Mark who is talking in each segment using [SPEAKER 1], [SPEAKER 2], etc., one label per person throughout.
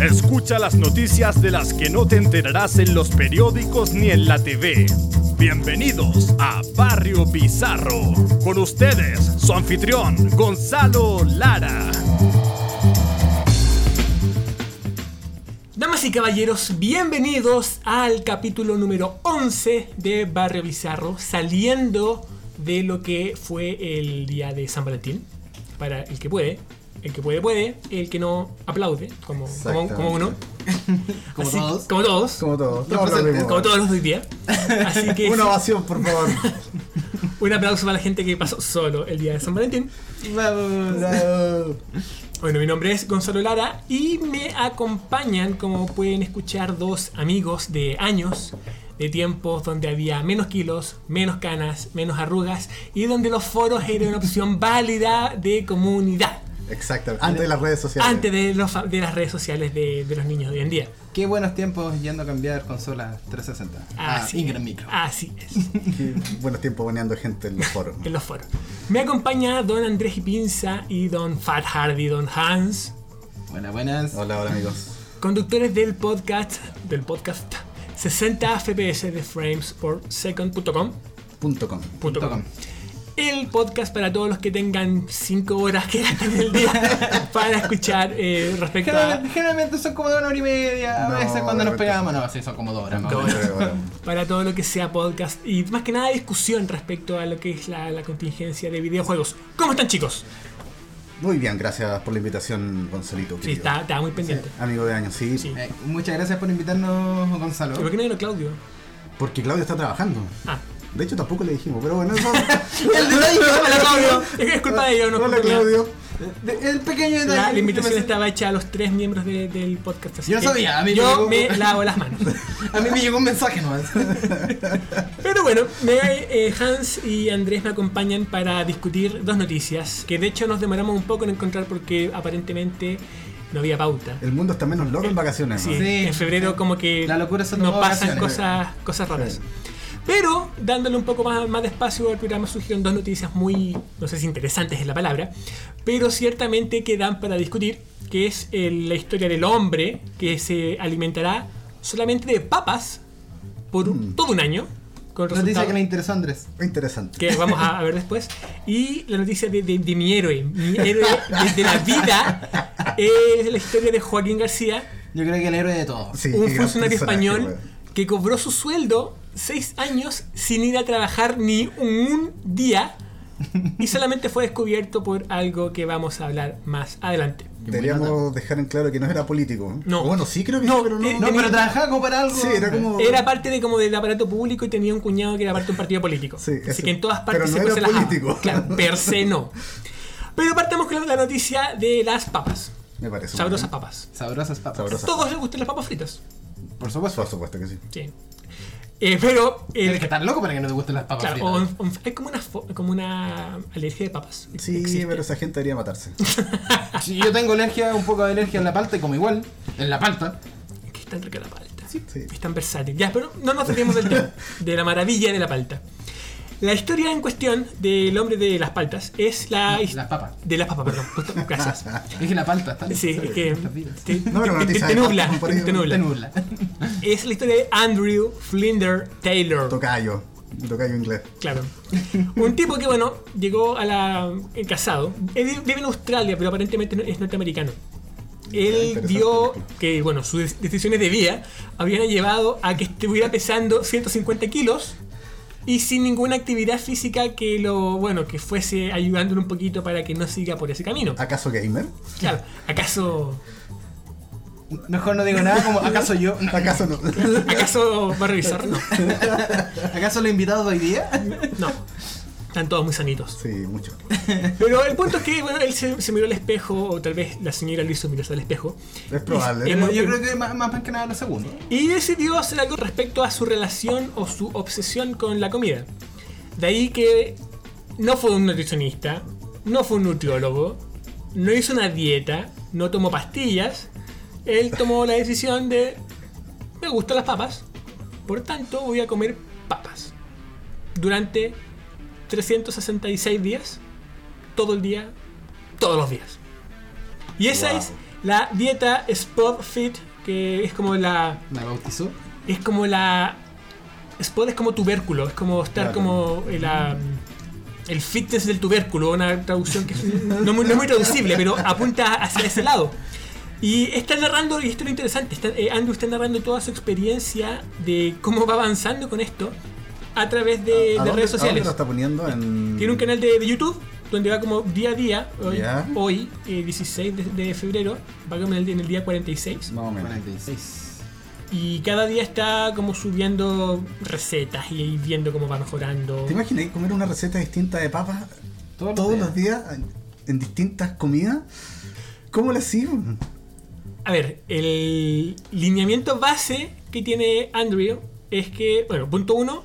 [SPEAKER 1] Escucha las noticias de las que no te enterarás en los periódicos ni en la TV. Bienvenidos a Barrio Bizarro. Con ustedes, su anfitrión, Gonzalo Lara.
[SPEAKER 2] Damas y caballeros, bienvenidos al capítulo número 11 de Barrio Bizarro, saliendo de lo que fue el día de San Valentín, para el que puede, el que puede puede, el que no aplaude, como, como,
[SPEAKER 3] Exactamente.
[SPEAKER 2] como uno,
[SPEAKER 4] Como
[SPEAKER 2] Así-
[SPEAKER 4] todos.
[SPEAKER 2] como todos,
[SPEAKER 3] Como todos.
[SPEAKER 4] No,
[SPEAKER 3] Todos lo
[SPEAKER 4] presentes,
[SPEAKER 3] mismo.
[SPEAKER 2] como todos los de hoy día. Así que
[SPEAKER 3] Una ovación, por favor.
[SPEAKER 2] un aplauso para la gente que pasó solo el día de San Valentín.
[SPEAKER 4] Vamos.
[SPEAKER 3] Bravo.
[SPEAKER 2] Bueno, mi nombre es Gonzalo Lara y me acompañan, como pueden escuchar, dos amigos de años, de tiempos donde había menos kilos, menos canas, menos arrugas y donde los foros eran una opción válida de comunidad
[SPEAKER 3] Exactamente. Antes de las redes sociales.
[SPEAKER 2] antes de, los fa- de las redes sociales de, de los niños de hoy en día.
[SPEAKER 4] Qué buenos tiempos yendo a cambiar consolas 360. Ah,
[SPEAKER 2] Así
[SPEAKER 4] Ingram Micro.
[SPEAKER 2] Así es.
[SPEAKER 3] Qué Buenos tiempos baneando gente en los foros.
[SPEAKER 2] en los foros. Me acompaña don Andrés Pinza y don Fat Hardy, don Hans,
[SPEAKER 4] Buenas, buenas.
[SPEAKER 3] Hola, hola amigos.
[SPEAKER 2] conductores del podcast, del podcast 60 FPS de frames por second.com.
[SPEAKER 3] Punto com.
[SPEAKER 2] punto com.
[SPEAKER 4] com.
[SPEAKER 2] El podcast para todos los que tengan 5 horas que gastan el día para escuchar eh, respecto a,
[SPEAKER 4] Generalmente, generalmente son como de una hora y media. A
[SPEAKER 3] No,
[SPEAKER 4] veces cuando nos
[SPEAKER 3] realmente
[SPEAKER 4] pegábamos, no, sí, son como dos horas. más o
[SPEAKER 2] Dos
[SPEAKER 4] menos.
[SPEAKER 3] Pero bueno,
[SPEAKER 2] para todo lo que sea podcast y más que nada discusión respecto a lo que es la, la contingencia de videojuegos. ¿Cómo están chicos?
[SPEAKER 3] Muy bien, gracias por la invitación, Gonzalito.
[SPEAKER 2] Sí,
[SPEAKER 3] querido.
[SPEAKER 2] está, está muy pendiente.
[SPEAKER 3] Amigo de años, sí.
[SPEAKER 2] Sí.
[SPEAKER 4] Eh, muchas gracias por invitarnos, Gonzalo.
[SPEAKER 2] ¿Y por qué no vino Claudio?
[SPEAKER 3] Porque Claudio está trabajando.
[SPEAKER 2] Ah,
[SPEAKER 3] De hecho, tampoco le dijimos, pero bueno, eso.
[SPEAKER 4] El detalle,
[SPEAKER 2] Hola, Claudio. Es es culpa de ellos, no es
[SPEAKER 3] Hola,
[SPEAKER 2] culpa mía.
[SPEAKER 3] Claudio.
[SPEAKER 4] de- el pequeño detalle.
[SPEAKER 2] La, la invitación
[SPEAKER 4] que me-
[SPEAKER 2] estaba hecha a los tres miembros de- del podcast. así
[SPEAKER 4] Yo
[SPEAKER 2] que
[SPEAKER 4] sabía, a mí me
[SPEAKER 2] yo
[SPEAKER 4] llegó-
[SPEAKER 2] me lavo las manos.
[SPEAKER 4] A mí me llegó un mensaje nomás.
[SPEAKER 2] Pero bueno, me- eh, Hans y Andrés me acompañan para discutir dos noticias que de hecho nos demoramos un poco en encontrar porque aparentemente no había pauta.
[SPEAKER 3] El mundo está menos loco en vacaciones.
[SPEAKER 2] Sí,
[SPEAKER 3] ¿no?
[SPEAKER 4] Sí.
[SPEAKER 2] en febrero como que
[SPEAKER 4] La locura se
[SPEAKER 2] nos
[SPEAKER 4] tomó
[SPEAKER 2] pasan
[SPEAKER 4] vacaciones.
[SPEAKER 2] cosas, cosas raras. Pero dándole un poco más, más de espacio al programa surgieron dos noticias muy, no sé si interesantes es la palabra, pero ciertamente que dan para discutir, que es eh, la historia del hombre que se alimentará solamente de papas por un- todo un año. Con
[SPEAKER 4] Noticia
[SPEAKER 2] resultado-
[SPEAKER 4] Mm. que le interesó a Andrés.
[SPEAKER 3] Interesante.
[SPEAKER 2] que vamos a, a ver después. Y la noticia de, de- de mi héroe, mi héroe de, de la vida, es la historia de Joaquín García,
[SPEAKER 4] Yo creo que el héroe de todos.
[SPEAKER 3] Sí,
[SPEAKER 2] un
[SPEAKER 3] qué gran
[SPEAKER 2] funcionario
[SPEAKER 3] personaje,
[SPEAKER 2] español
[SPEAKER 3] weón.
[SPEAKER 2] que cobró su sueldo seis años sin ir a trabajar ni un día y solamente fue descubierto por algo que vamos a hablar más adelante.
[SPEAKER 4] Qué buena
[SPEAKER 3] Deberíamos dejar en claro que no era político. ¿eh?
[SPEAKER 2] No.
[SPEAKER 3] O Bueno, sí creo que
[SPEAKER 2] No,
[SPEAKER 3] sí, pero no.
[SPEAKER 2] eh,
[SPEAKER 4] No, pero trabajaba como para algo.
[SPEAKER 3] Sí, era como.
[SPEAKER 2] Era parte de como del aparato público y tenía un cuñado que era parte de un partido político.
[SPEAKER 3] Sí,
[SPEAKER 2] Así
[SPEAKER 3] ese-
[SPEAKER 2] que en todas partes
[SPEAKER 3] pero no
[SPEAKER 2] se
[SPEAKER 3] era
[SPEAKER 2] cruza las habas.
[SPEAKER 3] político.
[SPEAKER 2] Claro, per se no. Pero partamos con la noticia de las papas.
[SPEAKER 3] Me parece.
[SPEAKER 2] Sabrosas
[SPEAKER 3] muy
[SPEAKER 2] papas.
[SPEAKER 4] Sabrosas papas.
[SPEAKER 3] Sabrosas.
[SPEAKER 2] Todos les gustan las papas fritas.
[SPEAKER 3] bien. Por supuesto. Por supuesto que sí.
[SPEAKER 2] Sí. Eh, pero eh,
[SPEAKER 4] Tienes que estar loco para que no te gusten las papas
[SPEAKER 2] claro,
[SPEAKER 4] fritas.
[SPEAKER 2] on- on- hay como una fo- como una alergia de papas.
[SPEAKER 3] Sí,
[SPEAKER 2] Existe.
[SPEAKER 3] pero esa gente debería matarse.
[SPEAKER 4] Si yo tengo alergia, un poco de alergia en la palta, y como igual, en la palta.
[SPEAKER 2] que es tan rica la palta.
[SPEAKER 3] sí.
[SPEAKER 2] Es tan versátil. Ya, pero no nos tenemos del tema. De la maravilla de la palta. La historia en cuestión del hombre de las paltas es la his-
[SPEAKER 4] Las papas.
[SPEAKER 2] De las papas, perdón. Justo, gracias.
[SPEAKER 4] Dije la palta, está
[SPEAKER 2] Sí, es que te,
[SPEAKER 3] No, pero
[SPEAKER 2] te- te-
[SPEAKER 3] noticia
[SPEAKER 2] te
[SPEAKER 3] de
[SPEAKER 2] nubla,
[SPEAKER 3] papas, por ahí,
[SPEAKER 2] te nubla.
[SPEAKER 4] Te nubla.
[SPEAKER 2] Es la historia de Andrew Flinder Taylor.
[SPEAKER 3] Tocayo. Tocayo inglés.
[SPEAKER 2] Claro. Un tipo que, bueno, llegó a la. eh, casado. Él vi- vive en Australia, pero aparentemente no- es norteamericano. Él
[SPEAKER 3] interesante
[SPEAKER 2] vio
[SPEAKER 3] película.
[SPEAKER 2] que, bueno, sus des- decisiones de vida habían llevado a que estuviera pesando 150 kilos y sin ninguna actividad física que lo, bueno, que fuese ayudándolo un poquito para que no siga por ese camino.
[SPEAKER 3] ¿Acaso gamer?
[SPEAKER 2] Claro, ¿acaso,
[SPEAKER 4] Mejor no digo nada, como ¿acaso yo?
[SPEAKER 3] ¿Acaso no?
[SPEAKER 2] acaso va a revisar? No,
[SPEAKER 4] ¿Acaso los invitados de hoy día?
[SPEAKER 2] no. Están todos muy sanitos.
[SPEAKER 3] Sí, mucho.
[SPEAKER 2] Pero el punto es que bueno, él se, se miró al espejo, o tal vez la señora lo hizo mirarse al espejo.
[SPEAKER 3] Es probable.
[SPEAKER 2] Y-
[SPEAKER 4] Pero yo creo que más, más más que nada lo segundo.
[SPEAKER 2] Y decidió hacer algo respecto a su relación o su obsesión con la comida. De ahí que no fue un nutricionista, no fue un nutriólogo, no hizo una dieta, no tomó pastillas. Él tomó la decisión de, me gustan las papas, por tanto voy a comer papas. Durante 366 días, todo el día, todos los días. Y esa
[SPEAKER 3] Wow.
[SPEAKER 2] es La dieta Spot Fit, que es como la.
[SPEAKER 4] Me bautizó.
[SPEAKER 2] Es como la. Spot es como tubérculo, es como estar
[SPEAKER 3] Claro.
[SPEAKER 2] como. El, ah, el fitness del tubérculo, una traducción que es no, muy- no muy traducible, pero apunta hacia ese lado. Y está narrando, y esto es lo interesante, está- eh, Andrew está narrando toda su experiencia de cómo va avanzando con esto a través de, de
[SPEAKER 3] ¿A dónde-
[SPEAKER 2] redes
[SPEAKER 3] a dónde
[SPEAKER 2] sociales.
[SPEAKER 3] lo está poniendo? En...
[SPEAKER 2] Tiene un canal de, de YouTube donde va como día a día. Hoy,
[SPEAKER 3] Ya.
[SPEAKER 2] hoy, eh, 16 de, de febrero, va como en el, en el día 46.
[SPEAKER 3] Más o menos.
[SPEAKER 4] 46.
[SPEAKER 2] Y cada día está como subiendo recetas y viendo cómo va mejorando.
[SPEAKER 3] ¿Te imaginas comer una receta distinta de papas
[SPEAKER 4] Todos los
[SPEAKER 3] todos, los días en- en distintas comidas? ¿Cómo la hacían?
[SPEAKER 2] A ver, el lineamiento base que tiene Andrew es que, bueno, punto uno,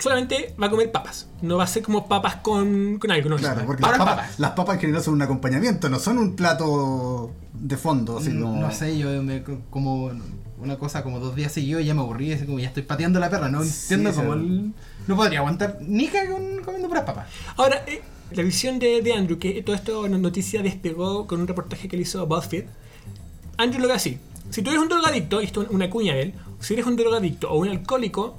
[SPEAKER 2] solamente va a comer papas. No va a ser como papas con, con algo, no.
[SPEAKER 3] Claro, porque las
[SPEAKER 4] Ahora
[SPEAKER 3] papas,
[SPEAKER 4] papas.
[SPEAKER 3] las papas en general son un acompañamiento, no son un plato de fondo, así como.
[SPEAKER 4] No sé, yo me, como una cosa como dos días seguidos ya me aburrí, así como ya estoy pateando la perra, no
[SPEAKER 3] Sí,
[SPEAKER 4] entiendo
[SPEAKER 3] sí.
[SPEAKER 4] cómo el- no podría aguantar ni con comiendo puras papas.
[SPEAKER 2] Ahora, eh, la visión de, de Andrew, que todo esto no- noticia despegó con un reportaje que le hizo BuzzFeed. Andrew lo ve así. Si tú eres un drogadicto, y esto es una cuña de él, si eres un drogadicto o un alcohólico,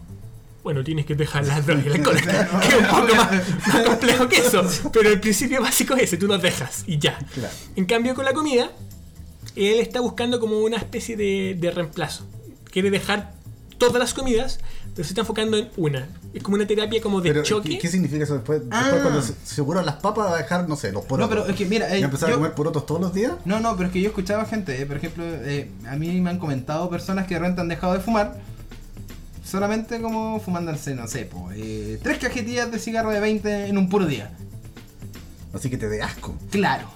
[SPEAKER 2] bueno, tienes que dejar las drogas y el alcohol, que es un poco más, más complejo que eso. Pero el principio básico es ese, tú los dejas y ya.
[SPEAKER 3] Claro.
[SPEAKER 2] En cambio, con la comida, él está buscando como una especie de, de reemplazo. Quiere dejar todas las comidas, pero se está enfocando en una. Es como una terapia como de
[SPEAKER 3] Pero,
[SPEAKER 2] choque.
[SPEAKER 3] ¿qué, qué significa eso después?
[SPEAKER 4] Ah.
[SPEAKER 3] Después cuando se- seguro las papas va a dejar, no sé, los porotos.
[SPEAKER 4] No, pero es que mira, eh,
[SPEAKER 3] ¿Y a empezar
[SPEAKER 4] yo-
[SPEAKER 3] a comer porotos todos los días?
[SPEAKER 4] No, no, pero es que yo he escuchado a gente, eh, por ejemplo, eh, a mí me han comentado personas que de repente han dejado de fumar solamente como fumándose, no sé, po, eh, tres cajetillas de cigarro de 20 en un puro día.
[SPEAKER 3] Así que te dé asco.
[SPEAKER 4] Claro.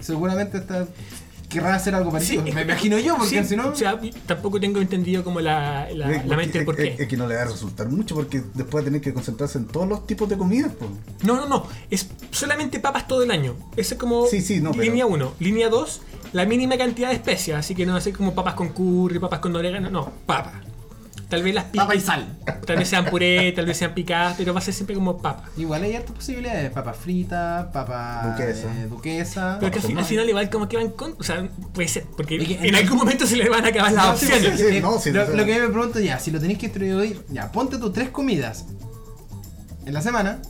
[SPEAKER 4] Seguramente está, querrá hacer algo parecido.
[SPEAKER 2] Sí.
[SPEAKER 4] me imagino yo, porque
[SPEAKER 2] Sí,
[SPEAKER 4] si no...
[SPEAKER 2] O sea, tampoco tengo entendido como la, la,
[SPEAKER 3] Es-
[SPEAKER 2] la mente del
[SPEAKER 3] es-
[SPEAKER 2] por
[SPEAKER 3] es- Es
[SPEAKER 2] qué.
[SPEAKER 3] que no le va a resultar mucho porque después va a tener que concentrarse en todos los tipos de comidas. pues.
[SPEAKER 2] No, no, no. Es solamente papas todo el año. Esa es como
[SPEAKER 3] Sí, sí, no, pero-
[SPEAKER 2] línea 1. Línea 2, la mínima cantidad de especias. Así que no hacer como papas con curry, papas con orégano. No, papa. Tal vez las piques-
[SPEAKER 4] Papa y sal.
[SPEAKER 2] Tal vez sean puré, tal vez sean picadas, pero va a ser siempre como papa.
[SPEAKER 4] Igual hay hartas posibilidades, papa frita, papa
[SPEAKER 3] Duquesa.
[SPEAKER 4] eh, duquesa.
[SPEAKER 2] Pero que al, fin- al
[SPEAKER 4] Tomate.
[SPEAKER 2] final igual como que van con... O sea, puede ser, porque
[SPEAKER 4] Es que-
[SPEAKER 2] en algún momento se le van a acabar las
[SPEAKER 4] No, sí,
[SPEAKER 2] opciones.
[SPEAKER 4] sí, sí.
[SPEAKER 3] Sí, no, sí,
[SPEAKER 4] Eh, lo,
[SPEAKER 3] no sé.
[SPEAKER 4] lo que yo me pregunto ya, si lo tenés que distribuir, ya, ponte tus tres comidas en la semana.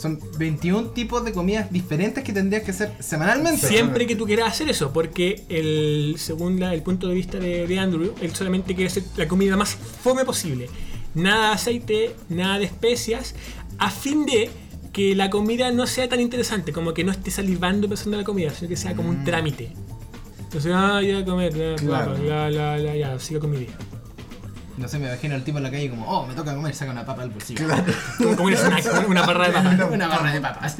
[SPEAKER 4] Son 21 tipos de comidas diferentes que tendrías que hacer semanalmente.
[SPEAKER 2] Siempre que tú quieras hacer eso, porque el, según la- el punto de vista de, de Andrew, él solamente quiere hacer la comida más fome posible. Nada de aceite, nada de especias, a fin de que la comida no sea tan interesante, como que no esté salivando pensando en la comida, sino que sea como un trámite. Entonces, ah, ya voy a comer, ya,
[SPEAKER 3] Claro.
[SPEAKER 2] ya, ya, ya, ya, sigo con mi vida.
[SPEAKER 4] No sé, me imagino al tipo en la calle como, oh, me toca comer, saca una papa del bolsillo.
[SPEAKER 2] Como, como un snack, una barra de papas.
[SPEAKER 4] una barra de papas.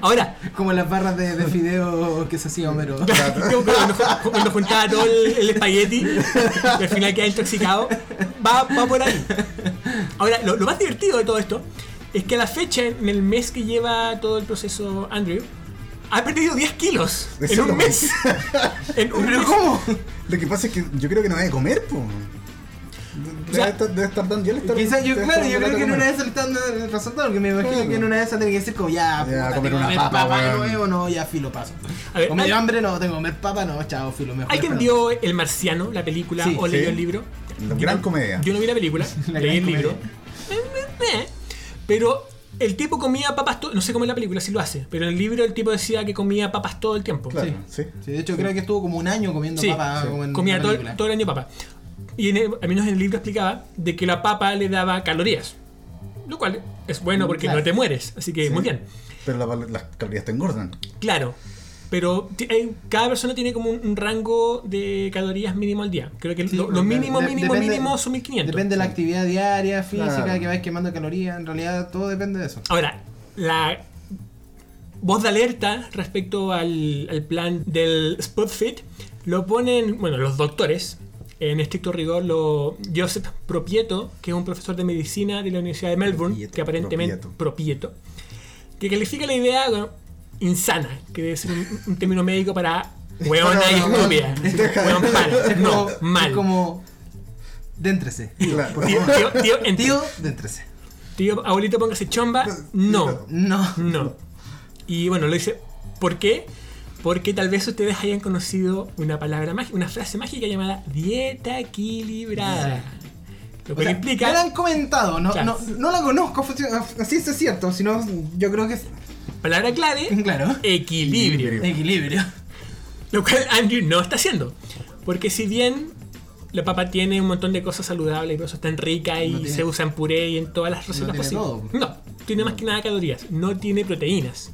[SPEAKER 2] Ahora,
[SPEAKER 4] como las barras de, de fideo que se hacía Homero.
[SPEAKER 2] Como cuando, ju- cuando juntaba todo el, el espagueti y al final queda intoxicado, va, va por ahí. Ahora, lo, lo más divertido de todo esto es que a la fecha, en el mes que lleva todo el proceso Andrew, ha perdido 10 kilos en
[SPEAKER 3] Eso
[SPEAKER 2] un
[SPEAKER 3] no.
[SPEAKER 2] mes. En un
[SPEAKER 4] ¿Pero
[SPEAKER 2] mes.
[SPEAKER 4] cómo?
[SPEAKER 3] Lo que pasa es que yo creo que no debe comer, pues.
[SPEAKER 2] O sea,
[SPEAKER 3] Debe, estar- debe estar dando. Yo le estaba-
[SPEAKER 4] Quizás yo,
[SPEAKER 3] debe
[SPEAKER 4] claro,
[SPEAKER 3] estar
[SPEAKER 4] yo
[SPEAKER 3] dando
[SPEAKER 4] creo que en
[SPEAKER 3] lata
[SPEAKER 4] una de
[SPEAKER 3] a
[SPEAKER 4] esas le están dando el resultado, porque me imagino
[SPEAKER 3] Claro.
[SPEAKER 4] que en una de esas tiene que decir como ya,
[SPEAKER 3] Ya,
[SPEAKER 4] puta,
[SPEAKER 3] comer
[SPEAKER 4] tengo
[SPEAKER 3] una
[SPEAKER 4] que
[SPEAKER 3] papa,
[SPEAKER 4] de
[SPEAKER 3] weón.
[SPEAKER 4] nuevo, no, ya filo paso.
[SPEAKER 2] A ver,
[SPEAKER 4] comer
[SPEAKER 2] al-
[SPEAKER 4] hambre no, tengo que comer papa, no, chao, filo mejor.
[SPEAKER 2] ¿Alguien
[SPEAKER 4] espera.
[SPEAKER 2] vio El Marciano, la película,
[SPEAKER 4] Sí,
[SPEAKER 2] o leyó
[SPEAKER 3] sí.
[SPEAKER 2] el libro?
[SPEAKER 3] comer. Gran comedia.
[SPEAKER 2] Yo no vi la película,
[SPEAKER 4] La
[SPEAKER 2] leí el
[SPEAKER 4] gran
[SPEAKER 2] libro.
[SPEAKER 4] comedia.
[SPEAKER 2] Eh, eh, eh. Pero el tipo comía papas todo. No sé cómo en la película si lo hace, pero en el libro el tipo decía que comía papas todo el tiempo.
[SPEAKER 3] Claro,
[SPEAKER 4] Sí.
[SPEAKER 3] sí.
[SPEAKER 4] Sí, de hecho creo que estuvo como un año comiendo
[SPEAKER 2] Sí,
[SPEAKER 4] papa.
[SPEAKER 3] sí.
[SPEAKER 4] como en
[SPEAKER 2] comía
[SPEAKER 4] la
[SPEAKER 2] todo,
[SPEAKER 4] película.
[SPEAKER 2] todo el año papa. Y en el- al menos en el libro explicaba de que la papa le daba calorías. Lo cual es bueno porque
[SPEAKER 4] Claro.
[SPEAKER 2] no te mueres. Así que
[SPEAKER 3] Sí.
[SPEAKER 2] muy bien.
[SPEAKER 3] Pero la- las calorías te engordan.
[SPEAKER 2] Claro. Pero ti- eh, cada persona tiene como un, un rango de calorías mínimo al día. Creo que
[SPEAKER 4] Sí,
[SPEAKER 2] lo, lo
[SPEAKER 4] porque
[SPEAKER 2] mínimo,
[SPEAKER 4] de-
[SPEAKER 2] mínimo,
[SPEAKER 4] depende-
[SPEAKER 2] mínimo son 1500.
[SPEAKER 4] Depende de la actividad diaria, física,
[SPEAKER 3] Claro.
[SPEAKER 4] que vais quemando calorías, en realidad todo depende de eso.
[SPEAKER 2] Ahora, la voz de alerta respecto al, al plan del Spot Fit lo ponen, bueno, los doctores, en estricto rigor, lo Joseph Propieto, que es un profesor de medicina de la Universidad de Melbourne,
[SPEAKER 3] Propieto,
[SPEAKER 2] que aparentemente
[SPEAKER 3] Propieto.
[SPEAKER 2] Propieto, que califica la idea bueno, insana, que debe ser un, un término médico para hueona y
[SPEAKER 3] Para hueón.
[SPEAKER 2] estúpida. Hueón mal, no,
[SPEAKER 4] como- este
[SPEAKER 2] mal.
[SPEAKER 4] Es como, déntrese.
[SPEAKER 3] Claro.
[SPEAKER 2] Tío, tío, tío, ent-
[SPEAKER 4] Tío, déntrese.
[SPEAKER 2] tío, abuelito, póngase chomba, no.
[SPEAKER 4] No.
[SPEAKER 2] No. Y bueno, lo dice. ¿Por qué? Porque tal vez ustedes hayan conocido una palabra mágica, una frase mágica llamada dieta equilibrada. Lo
[SPEAKER 4] O
[SPEAKER 2] que
[SPEAKER 4] sea,
[SPEAKER 2] implica.
[SPEAKER 4] me la han comentado, no,
[SPEAKER 2] Claro.
[SPEAKER 4] no, no la conozco, fu- así es cierto, sino yo creo que es.
[SPEAKER 2] Palabra clave,
[SPEAKER 4] Claro.
[SPEAKER 2] equilibrio.
[SPEAKER 4] Equilibrio.
[SPEAKER 2] Lo cual Andrew no está haciendo. Porque si bien la papa tiene un montón de cosas saludables y por eso es tan rica y
[SPEAKER 4] No tiene-
[SPEAKER 2] se usa en puré y en todas las recetas
[SPEAKER 4] tiene
[SPEAKER 2] posibles.
[SPEAKER 4] todo.
[SPEAKER 2] No, tiene más que nada calorías. No tiene proteínas.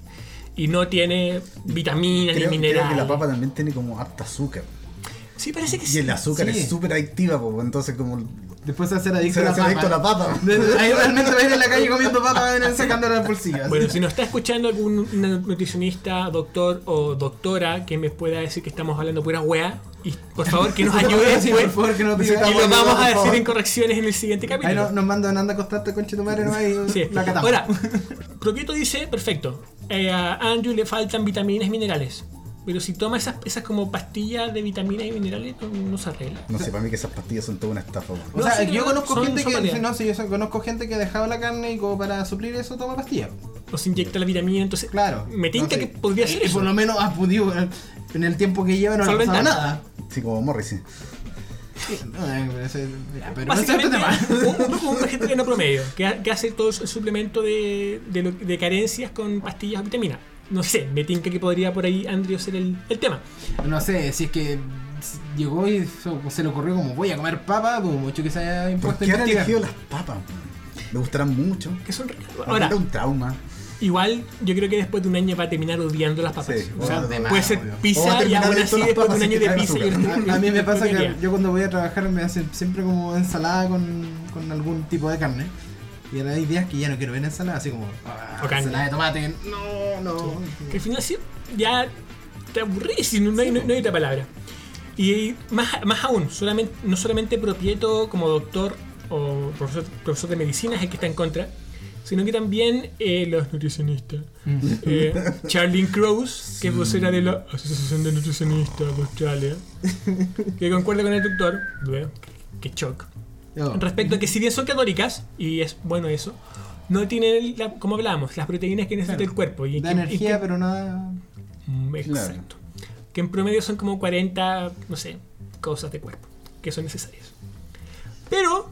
[SPEAKER 2] Y no tiene vitaminas
[SPEAKER 3] Creo,
[SPEAKER 2] ni
[SPEAKER 3] creo que
[SPEAKER 2] minerales.
[SPEAKER 3] la papa también tiene como harta azúcar.
[SPEAKER 2] Sí, parece que
[SPEAKER 3] Y
[SPEAKER 2] sí.
[SPEAKER 3] el azúcar
[SPEAKER 4] Sí.
[SPEAKER 3] es súper adictiva, pues entonces como...
[SPEAKER 4] Después de hacer adicto
[SPEAKER 3] Se
[SPEAKER 4] a la
[SPEAKER 3] hace adicto a la
[SPEAKER 4] papa.
[SPEAKER 3] papa.
[SPEAKER 4] Ahí realmente va a ir en la calle comiendo papa en el- sacándola del bolsillo. así.
[SPEAKER 2] Bueno, si nos está escuchando algún nutricionista, doctor o doctora que me pueda decir que estamos hablando pura weá, y por favor que nos ayude
[SPEAKER 4] Sí,
[SPEAKER 2] después.
[SPEAKER 4] por favor, que no
[SPEAKER 2] y
[SPEAKER 4] diga-
[SPEAKER 2] lo vamos a
[SPEAKER 3] por favor.
[SPEAKER 2] decir en correcciones en el siguiente
[SPEAKER 4] Ahí
[SPEAKER 2] capítulo.
[SPEAKER 4] no- nos mandan anda a acostarte con Chetumare, no hay.
[SPEAKER 2] Sí.
[SPEAKER 4] La catamos.
[SPEAKER 2] Ahora, Croqueto dice, perfecto, eh, a Andrew le faltan vitaminas y minerales. Pero si toma esas, esas como pastillas de vitaminas y minerales, no, no se arregla.
[SPEAKER 3] No sé, para mí que esas pastillas son toda una estafa. weón.
[SPEAKER 4] O
[SPEAKER 2] No,
[SPEAKER 4] sea,
[SPEAKER 2] sí,
[SPEAKER 4] yo
[SPEAKER 2] no,
[SPEAKER 4] conozco
[SPEAKER 2] son-
[SPEAKER 4] gente
[SPEAKER 2] son
[SPEAKER 4] que.
[SPEAKER 2] válidas.
[SPEAKER 4] No sé, yo so- conozco gente que ha dejado la carne y como para suplir eso toma pastillas.
[SPEAKER 2] O se inyecta la vitamina, entonces...
[SPEAKER 4] Claro.
[SPEAKER 2] Me tinca
[SPEAKER 4] No sé.
[SPEAKER 2] que podría ser
[SPEAKER 4] Y
[SPEAKER 2] eso.
[SPEAKER 4] por lo menos ha podido. eh, En el tiempo que lleva no le ha pasado
[SPEAKER 2] Solventar.
[SPEAKER 4] nada.
[SPEAKER 3] Sí, como Morrissey.
[SPEAKER 4] No, eh, pero ese- ya, pero ese es otro
[SPEAKER 2] Básicamente,
[SPEAKER 4] tema.
[SPEAKER 2] un, un vegetariano promedio que, ha- que hace todo el suplemento de, de, lo- de carencias con pastillas o vitaminas. No sé, me tinca que podría por ahí Andrew ser el, el tema.
[SPEAKER 4] No sé, si es que llegó y so- se le ocurrió como voy a comer papa, por mucho que se haya
[SPEAKER 3] ¿Por
[SPEAKER 4] impuesto
[SPEAKER 3] qué han
[SPEAKER 4] investigar.
[SPEAKER 3] elegido las papas? weón? Me gustarán mucho.
[SPEAKER 2] Que son ricas.
[SPEAKER 3] Ahora.
[SPEAKER 2] Ahora,
[SPEAKER 3] un trauma.
[SPEAKER 4] Ah,
[SPEAKER 2] igual yo creo que después de un año va a terminar odiando las papas.
[SPEAKER 3] Sí,
[SPEAKER 2] o sea,
[SPEAKER 3] bueno,
[SPEAKER 4] de más,
[SPEAKER 2] puede ser
[SPEAKER 4] obvio.
[SPEAKER 3] O va a
[SPEAKER 2] pizza y
[SPEAKER 3] terminar
[SPEAKER 2] aún
[SPEAKER 3] de
[SPEAKER 2] así
[SPEAKER 3] todas
[SPEAKER 2] después de
[SPEAKER 3] papas
[SPEAKER 2] un año
[SPEAKER 3] que
[SPEAKER 2] de
[SPEAKER 3] traen
[SPEAKER 2] pizza. y-
[SPEAKER 4] A, a mí me pasa que
[SPEAKER 2] Porquería.
[SPEAKER 4] yo cuando voy a trabajar me hacen siempre como ensalada con, con algún tipo de carne. Y ahora hay días que ya no quiero ver ensalada, así como ah,
[SPEAKER 2] O carne.
[SPEAKER 4] ensalada de tomate. No, no.
[SPEAKER 2] Que al final sí, ya te aburrís y no, hay, no hay otra palabra. Y más, más aún, solamente, no solamente Propieto como doctor o profesor, profesor de medicina es el que está en contra, sino que también eh, los nutricionistas.
[SPEAKER 4] Mm.
[SPEAKER 2] Eh, Charlene Crows, que es vocera de la Asociación de Nutricionistas de Australia, que concuerda con el doctor, bleh, que shock,
[SPEAKER 4] Yo,
[SPEAKER 2] respecto a que si bien son calóricas, y es bueno eso, no tienen, la- como hablábamos, las proteínas que necesita
[SPEAKER 4] Claro.
[SPEAKER 2] el cuerpo. Y que- y
[SPEAKER 4] da
[SPEAKER 2] que-
[SPEAKER 4] energía, pero nada.
[SPEAKER 2] Mm, Exacto. Que en promedio son como 40, no sé, cosas de cuerpo que son necesarias. Pero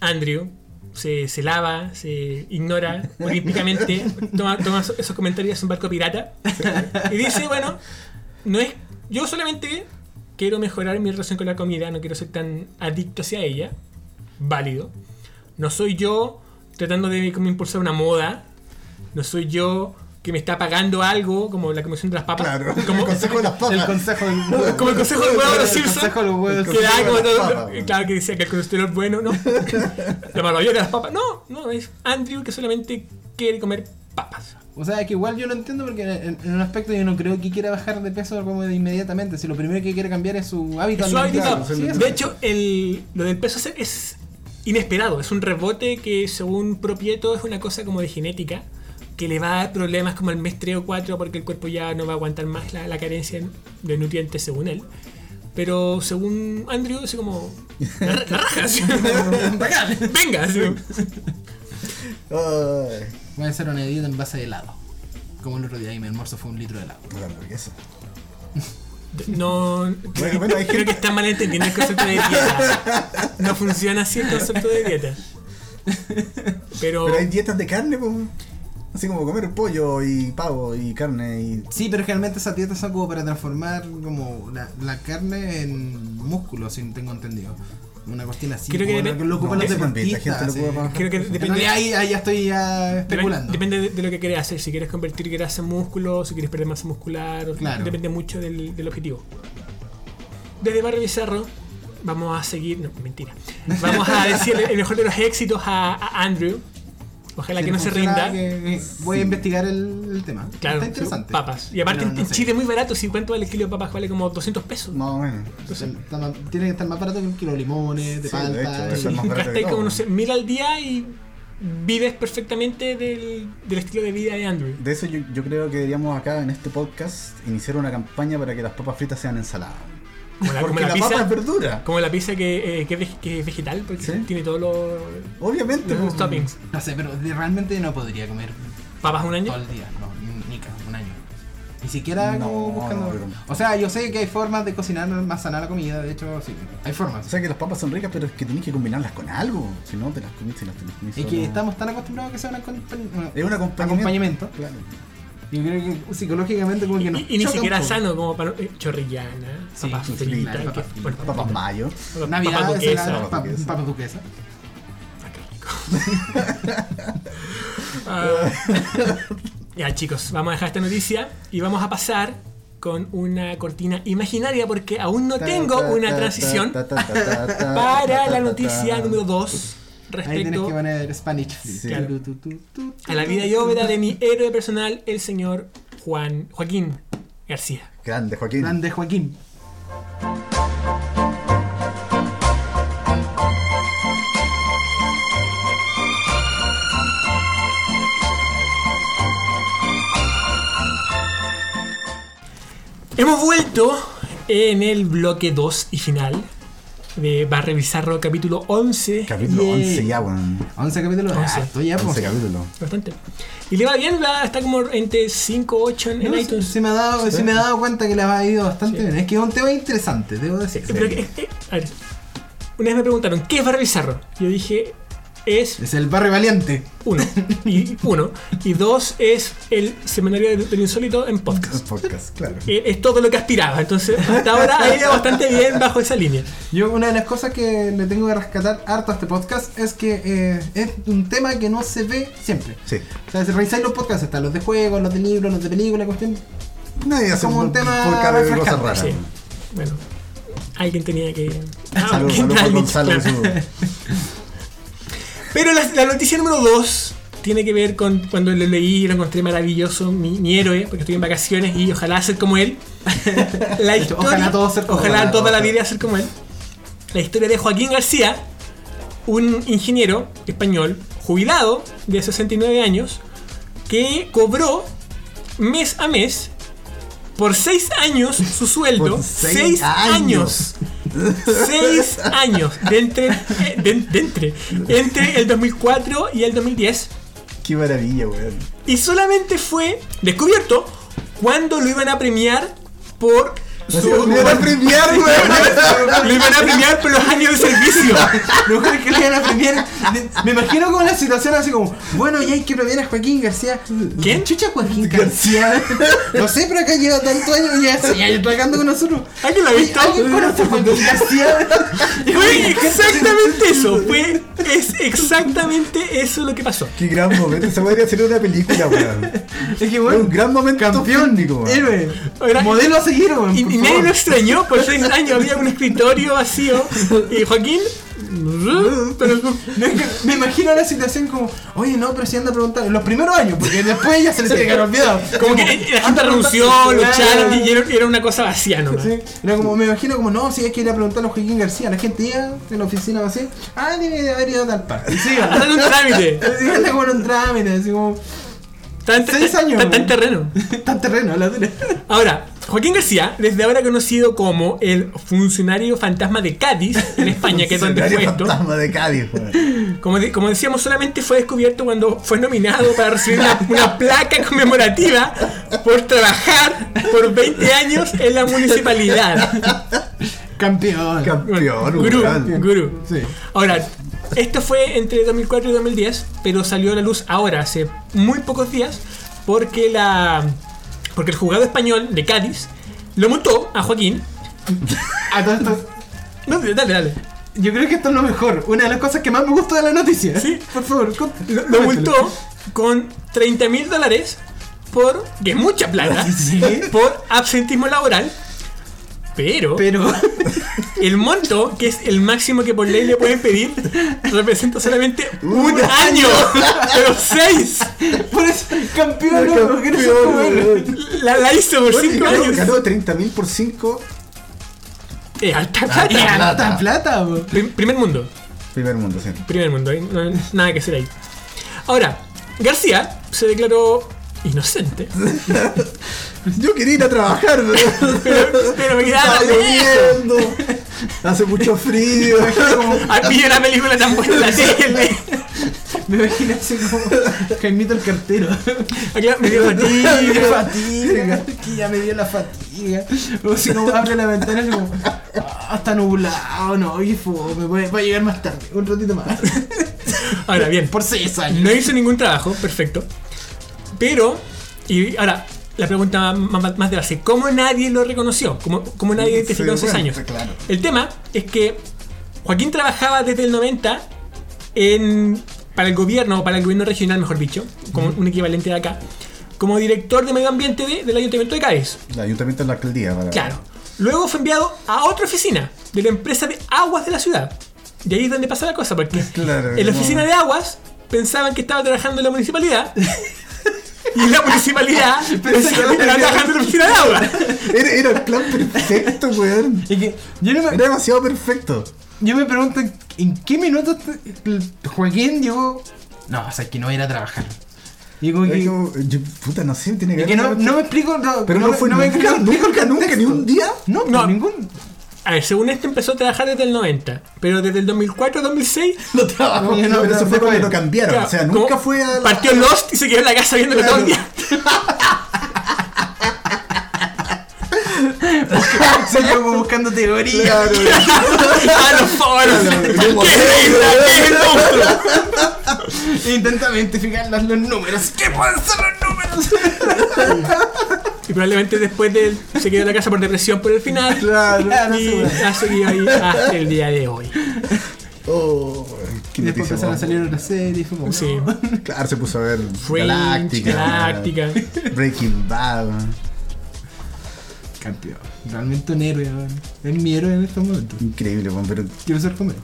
[SPEAKER 2] Andrew se, se lava, se ignora olímpicamente, toma, toma so- esos comentarios es un barco pirata y dice, bueno, no es yo solamente quiero mejorar mi relación con la comida, no quiero ser tan adicto hacia ella. Válido. No soy yo tratando de como impulsar una moda. No soy yo que me está pagando algo, como la comisión de las papas.
[SPEAKER 3] Claro.
[SPEAKER 2] Como,
[SPEAKER 3] el consejo de las papas.
[SPEAKER 4] El consejo del
[SPEAKER 2] como el consejo del huevo de los Simpsons.
[SPEAKER 4] El consejo del huevo de los
[SPEAKER 2] Que
[SPEAKER 4] Simpsons.
[SPEAKER 2] da como
[SPEAKER 3] de las
[SPEAKER 2] todo-
[SPEAKER 3] papas, ¿no?
[SPEAKER 2] Claro que decía que el colesterol es bueno, ¿no? la maravilla de las papas. No, no, es Andrew que solamente quiere comer papas.
[SPEAKER 4] O sea, que igual yo lo entiendo porque en, en un aspecto yo no creo que quiera bajar de peso como de inmediatamente. Si lo primero que quiere cambiar es su hábito
[SPEAKER 2] Es su hábito.
[SPEAKER 4] Sí, eso.
[SPEAKER 2] De hecho, el, lo del peso es- es inesperado. Es un rebote que, según Propieto, es una cosa como de genética que le va a dar problemas como el mes 3 o 4 porque el cuerpo ya no va a aguantar más la, la carencia de nutrientes, según él. Pero según Andrew, es como. "La ra- la raja, así. Venga, así.
[SPEAKER 3] Ay,
[SPEAKER 4] Voy a hacer una dieta en base de helado. Como el otro día y mi almuerzo fue un litro de helado.
[SPEAKER 3] la hamburguesa.
[SPEAKER 2] No.
[SPEAKER 3] Bueno, bueno,
[SPEAKER 2] Creo
[SPEAKER 3] hay
[SPEAKER 2] que
[SPEAKER 3] gente-
[SPEAKER 2] están mal entendiendo el concepto de dieta. No funciona así el concepto de dieta. Pero.
[SPEAKER 3] Pero hay dietas de carne, pues. Así como comer pollo y pavo y carne y.
[SPEAKER 4] Sí, pero generalmente esas dietas son como para transformar como la, la carne en músculo, si tengo entendido. Una cuestión así.
[SPEAKER 2] Creo que
[SPEAKER 4] como
[SPEAKER 2] depende-
[SPEAKER 4] lo- lo ocupan
[SPEAKER 3] No,
[SPEAKER 4] los
[SPEAKER 3] eso también, la
[SPEAKER 4] deportistas.
[SPEAKER 3] gente lo
[SPEAKER 4] sí.
[SPEAKER 3] ocupa para-
[SPEAKER 2] Creo que
[SPEAKER 4] En
[SPEAKER 2] depende.
[SPEAKER 4] realidad ahí, ahí ya estoy ya
[SPEAKER 2] Depen-
[SPEAKER 4] especulando.
[SPEAKER 2] Depende, de, de lo que quieres hacer, si quieres convertir grasa en músculo, o si quieres perder masa muscular, o-
[SPEAKER 4] Claro.
[SPEAKER 2] depende mucho del, del objetivo. Desde Barrio Bizarro vamos a seguir, no, mentira, vamos a decir el mejor de los éxitos a, a Andrew, ojalá
[SPEAKER 4] Si
[SPEAKER 2] que no
[SPEAKER 4] le
[SPEAKER 2] se
[SPEAKER 4] funciona,
[SPEAKER 2] rinda.
[SPEAKER 4] que- eh, voy a investigar el, el tema.
[SPEAKER 2] Claro,
[SPEAKER 4] Está interesante.
[SPEAKER 2] papas. Y aparte
[SPEAKER 4] Pero
[SPEAKER 2] en-
[SPEAKER 4] no
[SPEAKER 2] en
[SPEAKER 4] sé.
[SPEAKER 2] Chile es muy barato, si cuánto vale el kilo de papas, vale como 200 pesos.
[SPEAKER 3] Más o menos.
[SPEAKER 4] Entonces, está más- tiene que estar más barato que un kilo de limones, de
[SPEAKER 3] Sí, de
[SPEAKER 4] palta.
[SPEAKER 3] hecho,
[SPEAKER 4] y-
[SPEAKER 3] eso es más barato que
[SPEAKER 2] Gastáis
[SPEAKER 3] todo.
[SPEAKER 2] como, no sé, mil al día y vives perfectamente del, del estilo de vida de Andrew.
[SPEAKER 3] De eso yo, yo creo que deberíamos acá en este podcast iniciar una campaña para que las papas fritas sean ensalada.
[SPEAKER 2] Como la, como
[SPEAKER 3] Porque
[SPEAKER 2] la
[SPEAKER 3] la,
[SPEAKER 2] pizza.
[SPEAKER 3] papa es verdura.
[SPEAKER 2] Como la pizza que, eh, que es vege- que es vegetal, porque
[SPEAKER 3] Sí.
[SPEAKER 2] tiene todos los,
[SPEAKER 3] Obviamente.
[SPEAKER 2] los
[SPEAKER 3] pues.
[SPEAKER 2] toppings.
[SPEAKER 4] No sé, pero de- realmente no podría comer
[SPEAKER 2] Papas un
[SPEAKER 4] todo
[SPEAKER 2] año.
[SPEAKER 4] el día. No, ni- ni ca- un año. Y siquiera
[SPEAKER 3] No,
[SPEAKER 4] como buscando.
[SPEAKER 3] no, pero-
[SPEAKER 4] O sea, yo sé que hay formas de cocinar más sana la comida, de hecho, sí, hay
[SPEAKER 3] O
[SPEAKER 4] formas.
[SPEAKER 3] sea que las papas son ricas, pero es que tenés que combinarlas con algo. Si no, te las comiste y las tenés comí
[SPEAKER 4] Es que
[SPEAKER 3] solo.
[SPEAKER 4] estamos tan acostumbrados a que sea un acompañ- bueno,
[SPEAKER 2] Eh,
[SPEAKER 3] Es un acompañamiento.
[SPEAKER 4] acompañamiento.
[SPEAKER 3] Claro.
[SPEAKER 4] Yo creo que psicológicamente como que nos
[SPEAKER 2] Y, y ni
[SPEAKER 4] choca un
[SPEAKER 2] siquiera
[SPEAKER 4] poco.
[SPEAKER 2] sano como para eh, chorrillana,
[SPEAKER 4] Sí,
[SPEAKER 2] papas
[SPEAKER 4] sí,
[SPEAKER 2] fritas,
[SPEAKER 4] claro,
[SPEAKER 2] que-
[SPEAKER 4] papas fritas.
[SPEAKER 2] bueno,
[SPEAKER 3] Papas mayo.
[SPEAKER 2] papas-
[SPEAKER 4] Navidad,
[SPEAKER 2] papas
[SPEAKER 4] es
[SPEAKER 2] duquesas.
[SPEAKER 4] la-
[SPEAKER 3] Papas
[SPEAKER 4] pap-
[SPEAKER 3] duquesa.
[SPEAKER 4] papas duquesa.
[SPEAKER 2] Ah. ya chicos, vamos a dejar esta noticia y vamos a pasar con una cortina imaginaria porque aún no tengo una transición para la noticia número 2
[SPEAKER 4] Ahí tienes que
[SPEAKER 2] respecto
[SPEAKER 4] poner Spanish Flea.
[SPEAKER 3] Sí.
[SPEAKER 4] Tu, tu, tu, tu, tu,
[SPEAKER 2] a la vida y obra de mi héroe personal, el señor Juan Joaquín García.
[SPEAKER 3] Grande, Joaquín.
[SPEAKER 4] Grande Joaquín.
[SPEAKER 2] Hemos vuelto en el bloque 2 y final de Barre Bizarro capítulo 11.
[SPEAKER 3] Capítulo
[SPEAKER 4] Yay.
[SPEAKER 3] 11 ya, weón.
[SPEAKER 4] 11 capítulos. Ah,
[SPEAKER 2] 11.
[SPEAKER 4] estoy ya, pues.
[SPEAKER 3] 11 capítulo.
[SPEAKER 2] Bastante. Y le va bien, va, está como entre 5 8 en, en
[SPEAKER 4] No, sí,
[SPEAKER 2] iTunes.
[SPEAKER 4] sí me ha dado, sí me ha dado cuenta que le ha ido bastante
[SPEAKER 2] Sí.
[SPEAKER 4] bien. Es que es un tema interesante, debo decir.
[SPEAKER 2] Pero que- eh, a ver, una vez me preguntaron, ¿qué es Barrio Bizarro? Yo dije, es
[SPEAKER 4] Es el barrio valiente.
[SPEAKER 2] uno. Y uno. Y dos es el semanario del del insólito en podcast.
[SPEAKER 3] Podcast, claro.
[SPEAKER 2] Eh, Es todo lo que aspiraba. Entonces, hasta ahora ha ido bastante bien bajo esa línea.
[SPEAKER 4] Yo una de las cosas que le tengo que rescatar harto a este podcast es que eh, es un tema que no se ve siempre.
[SPEAKER 3] Sí.
[SPEAKER 4] O sea, si revisáis los podcasts, están los de juegos, los de libros, los de películas, cuestión.
[SPEAKER 3] Nadie hace
[SPEAKER 4] Como un tema
[SPEAKER 3] podcast de cosas
[SPEAKER 4] refrescante.
[SPEAKER 3] raras.
[SPEAKER 2] Sí. Bueno, alguien tenía que. Ah,
[SPEAKER 3] Saludos
[SPEAKER 2] ¿qué
[SPEAKER 3] saludos
[SPEAKER 2] tal?
[SPEAKER 3] por Gonzalo.
[SPEAKER 2] Claro.
[SPEAKER 3] que
[SPEAKER 2] Pero la, la noticia número 2 tiene que ver con cuando lo leí y lo encontré maravilloso, mi, mi héroe, porque estoy en vacaciones y ojalá ser como él. La
[SPEAKER 4] hecho, ojalá todos ser como
[SPEAKER 2] ojalá
[SPEAKER 4] él, ojalá
[SPEAKER 2] toda
[SPEAKER 4] todos
[SPEAKER 2] la
[SPEAKER 4] ser.
[SPEAKER 2] vida ser como él. La historia de Joaquín García, un ingeniero español jubilado de 69 años que cobró mes a mes por 6 años su sueldo.
[SPEAKER 3] Por seis
[SPEAKER 2] 6 años.
[SPEAKER 3] años.
[SPEAKER 2] 6 años de entre, eh, de, de entre, entre el 2004 y el 2010
[SPEAKER 3] su- Qué maravilla, weón.
[SPEAKER 2] y solamente fue descubierto cuando lo iban a premiar por su,
[SPEAKER 3] Me van a premiar, weón.
[SPEAKER 2] lo iban a premiar por los años de servicio.
[SPEAKER 4] No creo que le iban a premiar. Me imagino como la situación así como, bueno, ya hay que premiar a Joaquín García.
[SPEAKER 2] ¿Quién?
[SPEAKER 4] Chucha Joaquín García. No sé, pero acá lleva tantos años ya seis años trabajando con nosotros.
[SPEAKER 2] ¿Alguien lo ha visto?
[SPEAKER 4] ¿Alguien conoce a Joaquín García?
[SPEAKER 2] Fue exactamente eso. Fue es exactamente eso lo que pasó.
[SPEAKER 3] Qué gran momento. Esa podría ser una película, weón.
[SPEAKER 4] Es que
[SPEAKER 3] Fue
[SPEAKER 4] bueno,
[SPEAKER 3] un gran momento
[SPEAKER 4] campeón,
[SPEAKER 3] fílmico, weón.
[SPEAKER 4] héroe.
[SPEAKER 2] Ahora-
[SPEAKER 4] Modelo a seguir, weón.
[SPEAKER 2] Y,
[SPEAKER 4] por
[SPEAKER 2] y nadie
[SPEAKER 4] favor.
[SPEAKER 2] lo extrañó, por seis años había un escritorio vacío. Y Joaquín. Pero
[SPEAKER 4] No, es que me imagino la situación como, oye, no, pero si anda a preguntar en los primeros años, porque después ya se les tiene que haber olvidado.
[SPEAKER 2] como que la gente renunció, lo echaron y era- era una cosa vacía nomás.
[SPEAKER 4] Sí, Era como, me imagino como, no, si hay que ir a preguntar a Joaquín García, la gente llega en la oficina así, ah, debe de haber ido a tal parte. Y sigue,
[SPEAKER 2] Está en un trámite.
[SPEAKER 4] así anda como en un trámite, así como,
[SPEAKER 2] Está en,
[SPEAKER 4] Seis
[SPEAKER 2] está-
[SPEAKER 4] años,
[SPEAKER 2] está- está en
[SPEAKER 4] güey.
[SPEAKER 2] terreno.
[SPEAKER 4] está en terreno, la dura.
[SPEAKER 2] Ahora, Joaquín García, desde ahora conocido como el funcionario fantasma de Cádiz, en España, que es donde
[SPEAKER 3] Escenario
[SPEAKER 2] fue esto.
[SPEAKER 3] fantasma de Cádiz, weón.
[SPEAKER 2] Como, de- como decíamos, solamente fue descubierto cuando fue nominado para recibir una, una placa conmemorativa por trabajar por 20 años en la municipalidad.
[SPEAKER 4] Campeón.
[SPEAKER 3] Campeón,
[SPEAKER 2] Gurú,
[SPEAKER 3] weón.
[SPEAKER 2] gurú.
[SPEAKER 4] Sí.
[SPEAKER 2] Ahora, esto fue entre 2004 y 2010, pero salió a la luz ahora, hace muy pocos días, porque la porque el juzgado español de Cádiz lo multó a Joaquín.
[SPEAKER 4] A todo esto,
[SPEAKER 2] No, dale, dale.
[SPEAKER 4] yo creo que esto es lo mejor, una de las cosas que más me gusta de la noticia.
[SPEAKER 2] Sí.
[SPEAKER 4] Por favor, con-
[SPEAKER 2] Lo, lo
[SPEAKER 4] coméntelo.
[SPEAKER 2] multó con 30 mil dólares por, que es mucha plata,
[SPEAKER 4] Sí.
[SPEAKER 2] por absentismo laboral. Pero,
[SPEAKER 4] Pero,
[SPEAKER 2] el monto, que es el máximo que por ley le pueden pedir, representa solamente un, año, pero seis.
[SPEAKER 4] por eso, campeón, no, porque no se puede.
[SPEAKER 2] La, la hizo por
[SPEAKER 3] Bueno, y
[SPEAKER 2] cinco
[SPEAKER 3] ganó-
[SPEAKER 2] años.
[SPEAKER 3] Ganó 30.000 por 5.
[SPEAKER 2] Es alta
[SPEAKER 4] Y
[SPEAKER 2] plata.
[SPEAKER 3] plata.
[SPEAKER 4] harta plata, po.
[SPEAKER 2] Prim- primer mundo,
[SPEAKER 3] Primer mundo, sí.
[SPEAKER 2] primer mundo, ¿eh? no hay nada que hacer ahí. Ahora, García se declaró inocente,
[SPEAKER 3] Yo quería ir a trabajar, pero
[SPEAKER 2] pero, pero me quedaba
[SPEAKER 3] estaba lloviendo. Hace mucho frío.
[SPEAKER 2] Al pillo la película tan buena en la tele.
[SPEAKER 4] Me imagino así como Jaimito el cartero.
[SPEAKER 2] Acá me dio
[SPEAKER 4] Me dio
[SPEAKER 2] fatiga.
[SPEAKER 4] fatiga. Que ya me dio la fatiga. O si no abre la ventana y como. Ah, está nublado, no, oye, me va a llegar más tarde, un ratito más.
[SPEAKER 2] Ahora bien,
[SPEAKER 4] Por seis años.
[SPEAKER 2] no hizo ningún trabajo, perfecto. Pero, y ahora, la pregunta más, más de base, ¿cómo nadie lo reconoció? ¿Cómo, cómo nadie identificó
[SPEAKER 3] Sí,
[SPEAKER 2] esos
[SPEAKER 3] bueno,
[SPEAKER 2] años?
[SPEAKER 3] Claro.
[SPEAKER 2] El tema es que Joaquín trabajaba desde el 90 en, para el gobierno, o para el gobierno regional, mejor dicho, como un equivalente de acá, como director de medio ambiente de- del Ayuntamiento de Cádiz.
[SPEAKER 3] El ayuntamiento es la alcaldía, para.
[SPEAKER 2] Claro. Luego fue enviado a otra oficina de la empresa de aguas de la ciudad. Y ahí es donde pasa la cosa, porque
[SPEAKER 3] Claro,
[SPEAKER 2] en la
[SPEAKER 3] no.
[SPEAKER 2] oficina de aguas pensaban que estaba trabajando en la municipalidad. Y en la municipalidad pensaban que estaba trabajando en la oficina de aguas.
[SPEAKER 3] Era, era el plan perfecto, weón.
[SPEAKER 4] Y que yo, no me,
[SPEAKER 3] Era demasiado perfecto.
[SPEAKER 4] yo me pregunto en- en qué minuto este- el Joaquín llegó. No, o sea, que no va a ir a trabajar. Y como
[SPEAKER 3] Es
[SPEAKER 4] que,
[SPEAKER 3] como, yo- puta, no sé, tiene que
[SPEAKER 4] y que
[SPEAKER 3] haber
[SPEAKER 4] no,
[SPEAKER 3] una
[SPEAKER 4] no me explico. No,
[SPEAKER 3] Pero no
[SPEAKER 4] me-
[SPEAKER 3] fue
[SPEAKER 4] me
[SPEAKER 3] nunca,
[SPEAKER 4] explico el
[SPEAKER 3] nunca,
[SPEAKER 4] contexto.
[SPEAKER 3] nunca, ni un día.
[SPEAKER 4] No,
[SPEAKER 2] No.
[SPEAKER 4] ningún.
[SPEAKER 2] A ver, según esto empezó a trabajar desde el 90, pero desde el 2004 2006
[SPEAKER 3] No trabajo.
[SPEAKER 4] No, no,
[SPEAKER 3] pero
[SPEAKER 4] no,
[SPEAKER 3] eso
[SPEAKER 4] no
[SPEAKER 3] fue
[SPEAKER 4] fue.
[SPEAKER 3] cuando lo cambiaron. o sea,
[SPEAKER 2] claro,
[SPEAKER 3] nunca
[SPEAKER 2] como
[SPEAKER 3] fue a. la-
[SPEAKER 2] Partió Lost y se quedó en la casa viéndolo todo el día.
[SPEAKER 4] Se fue como buscando teoría.
[SPEAKER 3] Claro, weón.
[SPEAKER 2] a los foros.
[SPEAKER 3] como-
[SPEAKER 4] E Intentaba identificar los, los números. ¿Qué pueden ser los números?
[SPEAKER 2] Y probablemente después de él se quedó en la casa por depresión por el final.
[SPEAKER 3] Claro.
[SPEAKER 4] Claro,
[SPEAKER 2] y
[SPEAKER 4] Ah, seguro.
[SPEAKER 2] ha seguido ahí hasta el día de hoy.
[SPEAKER 3] Oh, qué
[SPEAKER 4] Y después
[SPEAKER 3] noticia,
[SPEAKER 4] empezaron a
[SPEAKER 3] weón.
[SPEAKER 4] salir otras series. Fue como,
[SPEAKER 2] Sí.
[SPEAKER 3] Claro, se puso a ver
[SPEAKER 2] Fringe,
[SPEAKER 3] Galáctica.
[SPEAKER 2] Galáctica.
[SPEAKER 3] Breaking Bad. weón.
[SPEAKER 4] Campeón. Realmente un héroe, weón. Es mi héroe en estos momentos.
[SPEAKER 3] Increíble, weón, pero
[SPEAKER 4] Quiero ser como él.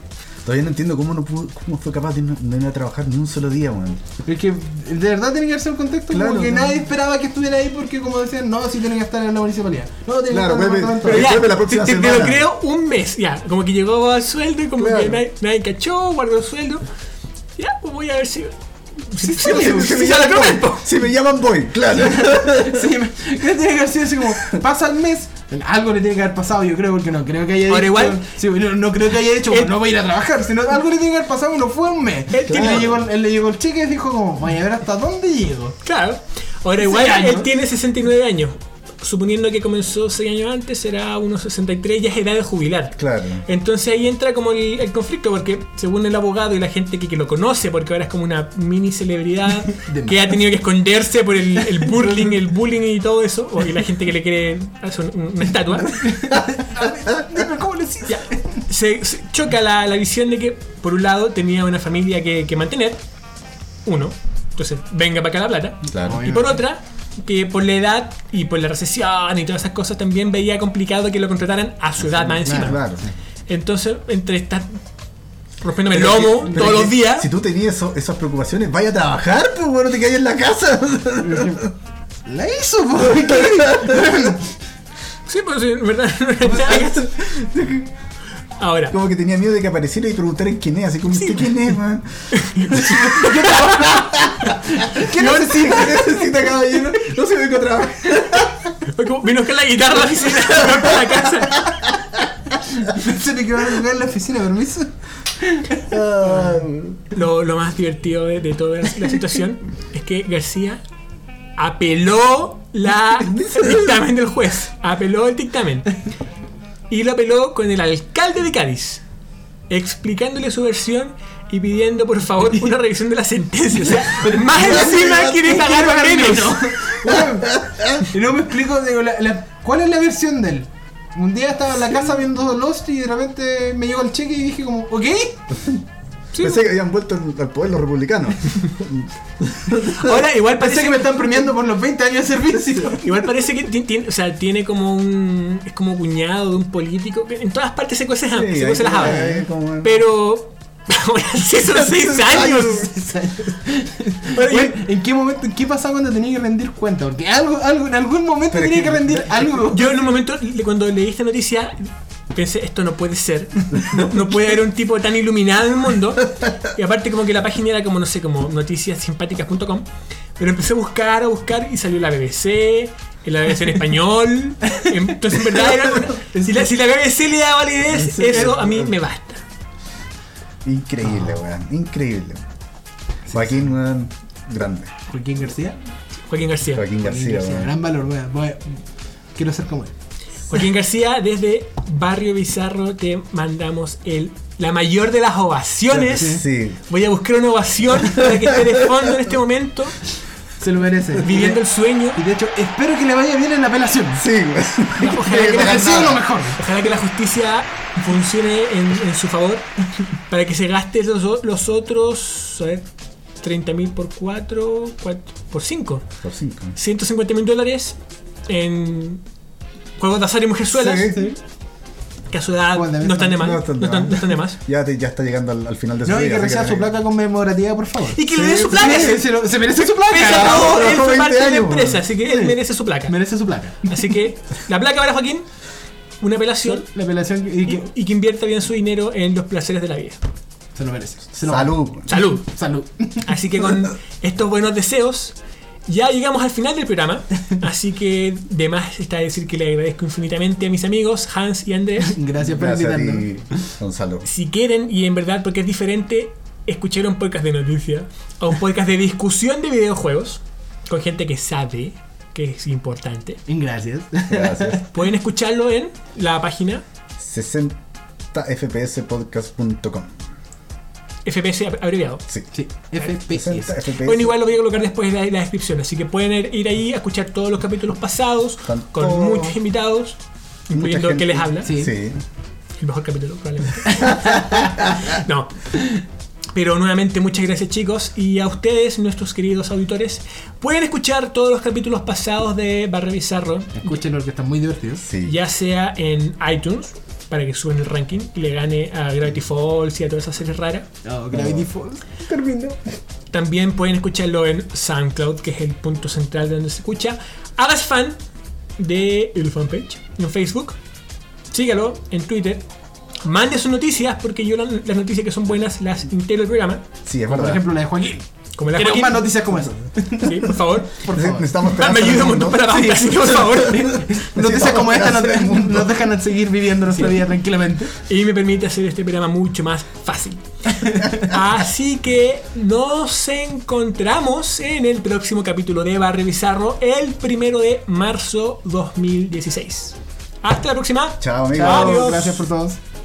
[SPEAKER 3] todavía no entiendo cómo no pudo, cómo fue capaz de no, de no ir a trabajar ni un solo día, weón.
[SPEAKER 4] Es que de verdad tiene que hacerse un contexto
[SPEAKER 3] Claro,
[SPEAKER 4] como que
[SPEAKER 3] no.
[SPEAKER 4] nadie esperaba que estuviera ahí porque como decían, no, sí tienen que estar en la municipalidad. No, tienen
[SPEAKER 3] Claro,
[SPEAKER 4] que estar en el
[SPEAKER 3] vuelve-
[SPEAKER 4] departamento.
[SPEAKER 2] Pero ya,
[SPEAKER 3] Vuelve la próxima
[SPEAKER 2] te, te- te lo
[SPEAKER 3] semana.
[SPEAKER 2] creo un mes, ya. Como que llegó al sueldo y como
[SPEAKER 3] Claro.
[SPEAKER 2] que nadie, nadie cachó, guardó el sueldo. Ya, pues voy a ver si. Si, si-
[SPEAKER 3] Si-
[SPEAKER 2] si-
[SPEAKER 3] si
[SPEAKER 2] si ya lo
[SPEAKER 3] voy.
[SPEAKER 2] conozco.
[SPEAKER 3] Si me llaman, voy, claro.
[SPEAKER 4] Sí, me- creo que tiene que haber sido así como, pasa el mes, algo le tiene que haber pasado, yo creo, porque no creo que haya
[SPEAKER 2] Ahora igual-
[SPEAKER 4] Sí, no, no creo que haya hecho,
[SPEAKER 2] Él-
[SPEAKER 4] no voy a ir a trabajar, sino algo le tiene que haber pasado, no fue un mes.
[SPEAKER 2] Él
[SPEAKER 4] Y
[SPEAKER 2] tiene-
[SPEAKER 4] le, llegó, el- él le llegó el cheque y dijo como, voy a ver hasta dónde llego.
[SPEAKER 2] Claro. Ahora
[SPEAKER 4] Ese
[SPEAKER 2] igual
[SPEAKER 4] año.
[SPEAKER 2] él tiene 69 años. Suponiendo que comenzó 6 años antes, será unos 63, ya es edad de jubilar.
[SPEAKER 3] Claro.
[SPEAKER 2] Entonces ahí entra como el, el conflicto, porque según el abogado y la gente que, que lo conoce, porque ahora es como una mini celebridad
[SPEAKER 4] De
[SPEAKER 2] que ha tenido que esconderse por el, el burling, el bullying y todo eso, o, y la gente que le quiere hacer un- una estatua,
[SPEAKER 4] Ah, Dime, ¿cómo lo hiciste?
[SPEAKER 2] ya, se, se choca la, la visión de que, por un lado, tenía una familia que, que mantener, uno, entonces venga para acá la plata,
[SPEAKER 3] Claro.
[SPEAKER 2] y por otra, que por la edad y por la recesión y todas esas cosas también veía complicado que lo contrataran a su edad más encima.
[SPEAKER 3] Claro.
[SPEAKER 2] Entonces, entre estar rompiéndome el lomo
[SPEAKER 3] Pero
[SPEAKER 2] todos
[SPEAKER 3] que-
[SPEAKER 2] los días.
[SPEAKER 3] Si tú tenías eso- esas preocupaciones, vaya a trabajar, pues bueno, te quedas en la casa.
[SPEAKER 4] La hizo, porque
[SPEAKER 2] Sí, pues en verdad no era nada. Ahora,
[SPEAKER 3] Como que tenía miedo de que apareciera y preguntaran quién es, así como, ¿usted quién es, man? ¿Qué necesita? ¿Qué necesita, caballero? No se vengo a trabajar.
[SPEAKER 2] fue como, vino con la guitarra a la oficina, con la casa.
[SPEAKER 4] se le quedó a jugar en la oficina, permiso.
[SPEAKER 3] Ah,
[SPEAKER 2] Lo, lo más divertido de, de toda la situación es que García apeló la, el dictamen del juez. Apeló el dictamen. Y lo apeló con el alcalde de Cádiz, explicándole su versión y pidiendo por favor una revisión de la sentencia. O sea, más encima quiere pagar menos.
[SPEAKER 4] Bueno, y no me explico, digo, la- la- ¿cuál es la versión de él? Un día estaba en la casa viendo Lost y de repente me llegó el cheque y dije como, ¿ok?
[SPEAKER 2] Sí,
[SPEAKER 3] Pensé que habían vuelto al al poder los republicanos.
[SPEAKER 2] Ahora igual
[SPEAKER 4] Pensé
[SPEAKER 2] parece
[SPEAKER 4] que me están premiando por los 20 años de servicio.
[SPEAKER 2] Igual parece que ti- tiene, o sea, tiene como un. Es como cuñado de un político. que en todas partes se cuece, se
[SPEAKER 3] Sí,
[SPEAKER 2] cuece
[SPEAKER 3] ahí
[SPEAKER 2] las
[SPEAKER 3] como-
[SPEAKER 2] habas.
[SPEAKER 3] ahí como-
[SPEAKER 2] Pero. Ahora sí son seis años.
[SPEAKER 4] Bueno, ¿En qué momento, en qué pasa cuando tenía que rendir cuenta? Porque algo, algo, en algún momento
[SPEAKER 3] Pero es
[SPEAKER 4] tenía que
[SPEAKER 3] que-
[SPEAKER 4] rendir algo.
[SPEAKER 2] Yo en un momento, le- cuando leí esta noticia, pensé, esto no puede ser. No, no puede haber un tipo tan iluminado en el mundo. Y aparte como que la página era como, no sé, como noticiassimpáticas.com. Pero empecé a buscar, a buscar y salió la BBC, y la BBC en español. Em, Entonces, en verdad, era una- si, la, si la BBC le da validez, eso a mí me basta.
[SPEAKER 3] Increíble, weón. Increíble. Joaquín, weón, grande.
[SPEAKER 4] Joaquín García.
[SPEAKER 2] Joaquín García.
[SPEAKER 3] Joaquín
[SPEAKER 4] Joaquín
[SPEAKER 3] García,
[SPEAKER 4] García,
[SPEAKER 3] weón.
[SPEAKER 4] gran valor, weón. Voy a- Quiero ser como él.
[SPEAKER 2] Joaquín García, desde Barrio Bizarro te mandamos el, la mayor de las ovaciones.
[SPEAKER 3] Sí.
[SPEAKER 2] Voy a buscar una ovación para que esté de fondo en este momento,
[SPEAKER 4] Se lo merece.
[SPEAKER 2] viviendo el sueño.
[SPEAKER 4] Y de hecho, espero que le vaya bien en la apelación.
[SPEAKER 3] Sí, weón.
[SPEAKER 2] Ojalá que,
[SPEAKER 4] Ha sido lo
[SPEAKER 2] la,
[SPEAKER 4] mejor.
[SPEAKER 2] ojalá que la justicia funcione en, en su favor para que se gaste los, o- los otros a ver, 30.000 por 4, por 5.
[SPEAKER 3] Por cinco.
[SPEAKER 2] 150.000 dólares en juegos de azar y mujerzuelas.
[SPEAKER 3] Sí,
[SPEAKER 4] sí.
[SPEAKER 2] Que a su edad
[SPEAKER 4] Bueno,
[SPEAKER 2] no están de más. No
[SPEAKER 3] están
[SPEAKER 2] están
[SPEAKER 3] de más.
[SPEAKER 2] no están de más.
[SPEAKER 3] Ya, te- ya está llegando al, al final de su
[SPEAKER 4] No, y
[SPEAKER 3] vida,
[SPEAKER 4] que
[SPEAKER 3] así
[SPEAKER 4] reciba su placa conmemorativa, por favor.
[SPEAKER 2] Y que le dé
[SPEAKER 3] Sí,
[SPEAKER 2] su placa.
[SPEAKER 4] Sí,
[SPEAKER 2] Ese-
[SPEAKER 4] se, lo- se merece su placa.
[SPEAKER 2] Pese a todo, él
[SPEAKER 3] trabajó
[SPEAKER 2] fue
[SPEAKER 3] 20
[SPEAKER 2] parte de la
[SPEAKER 3] años,
[SPEAKER 2] empresa,
[SPEAKER 3] bueno.
[SPEAKER 2] así que él
[SPEAKER 4] Sí.
[SPEAKER 2] merece su placa.
[SPEAKER 4] Merece su placa.
[SPEAKER 2] Así que la placa para Joaquín, una apelación
[SPEAKER 4] La apelación y
[SPEAKER 2] y,
[SPEAKER 4] que
[SPEAKER 2] y que invierta bien su dinero en los placeres de la vida.
[SPEAKER 4] se lo merece. Se lo-
[SPEAKER 3] Salud. weón.
[SPEAKER 2] Salud.
[SPEAKER 4] Salud.
[SPEAKER 2] Así que con estos buenos deseos, ya llegamos al final del programa. Así que de más está decir que le agradezco infinitamente a mis amigos Hans y Andrés.
[SPEAKER 4] Gracias por
[SPEAKER 3] Gracias a
[SPEAKER 4] invitarnos.
[SPEAKER 3] ti, Gonzalo.
[SPEAKER 2] Si quieren, y en verdad porque es diferente, escuchar un podcast de noticias o un podcast de discusión de videojuegos con gente que sabe que es importante.
[SPEAKER 4] Gracias.
[SPEAKER 3] Gracias.
[SPEAKER 2] Pueden escucharlo en la página
[SPEAKER 3] 60fpspodcast.com.
[SPEAKER 2] FPS abreviado.
[SPEAKER 3] Sí.
[SPEAKER 4] Sí, FPS.
[SPEAKER 3] 60 FPS.
[SPEAKER 2] Bueno, igual lo voy a colocar después en la, en la descripción, así que pueden ir- ir ahí a escuchar todos los capítulos pasados
[SPEAKER 3] Están
[SPEAKER 2] con
[SPEAKER 3] todos-
[SPEAKER 2] muchos invitados, incluyendo el
[SPEAKER 3] gente.
[SPEAKER 2] que les habla.
[SPEAKER 4] Sí.
[SPEAKER 3] Sí.
[SPEAKER 2] El mejor capítulo, probablemente. no. Pero nuevamente muchas gracias chicos y a ustedes, nuestros queridos auditores, pueden escuchar todos los capítulos pasados de Barrio Bizarro,
[SPEAKER 4] Escúchenlo que están muy divertidos.
[SPEAKER 3] Sí.
[SPEAKER 2] ya sea en iTunes, para que suban el ranking y le gane a Gravity Falls y a todas esas series raras.
[SPEAKER 4] Oh, Gravity Falls. Termino.
[SPEAKER 2] También pueden escucharlo en SoundCloud, que es el punto central de donde se escucha. Hagas fan de el fanpage en Facebook. Sígalo en Twitter. Mande sus noticias, porque yo la- las noticias que son buenas las integro al programa.
[SPEAKER 3] Sí, es
[SPEAKER 4] Por
[SPEAKER 3] verdad.
[SPEAKER 4] ejemplo, la de Joaquín.
[SPEAKER 2] Como la
[SPEAKER 4] Quiero
[SPEAKER 2] Joaquín.
[SPEAKER 4] más noticias como esas.
[SPEAKER 2] Sí, por favor.
[SPEAKER 4] Por favor.
[SPEAKER 3] Necesitamos
[SPEAKER 2] Ah, me
[SPEAKER 3] pedazos de
[SPEAKER 2] ayuda un
[SPEAKER 3] mundo.
[SPEAKER 2] montón para la
[SPEAKER 3] Sí.
[SPEAKER 2] banda, así que por favor.
[SPEAKER 4] Noticias como esta nos,
[SPEAKER 3] Necesitamos pedazos de mundo.
[SPEAKER 4] nos dejan seguir viviendo nuestra vida tranquilamente.
[SPEAKER 2] Y me permite hacer este programa mucho más fácil. Así que nos encontramos en el próximo capítulo de Barrio Bizarro, el primero de marzo 2016. Hasta la próxima.
[SPEAKER 3] Chao, amigos.
[SPEAKER 4] Chao,
[SPEAKER 2] Adiós.
[SPEAKER 4] Gracias por todos.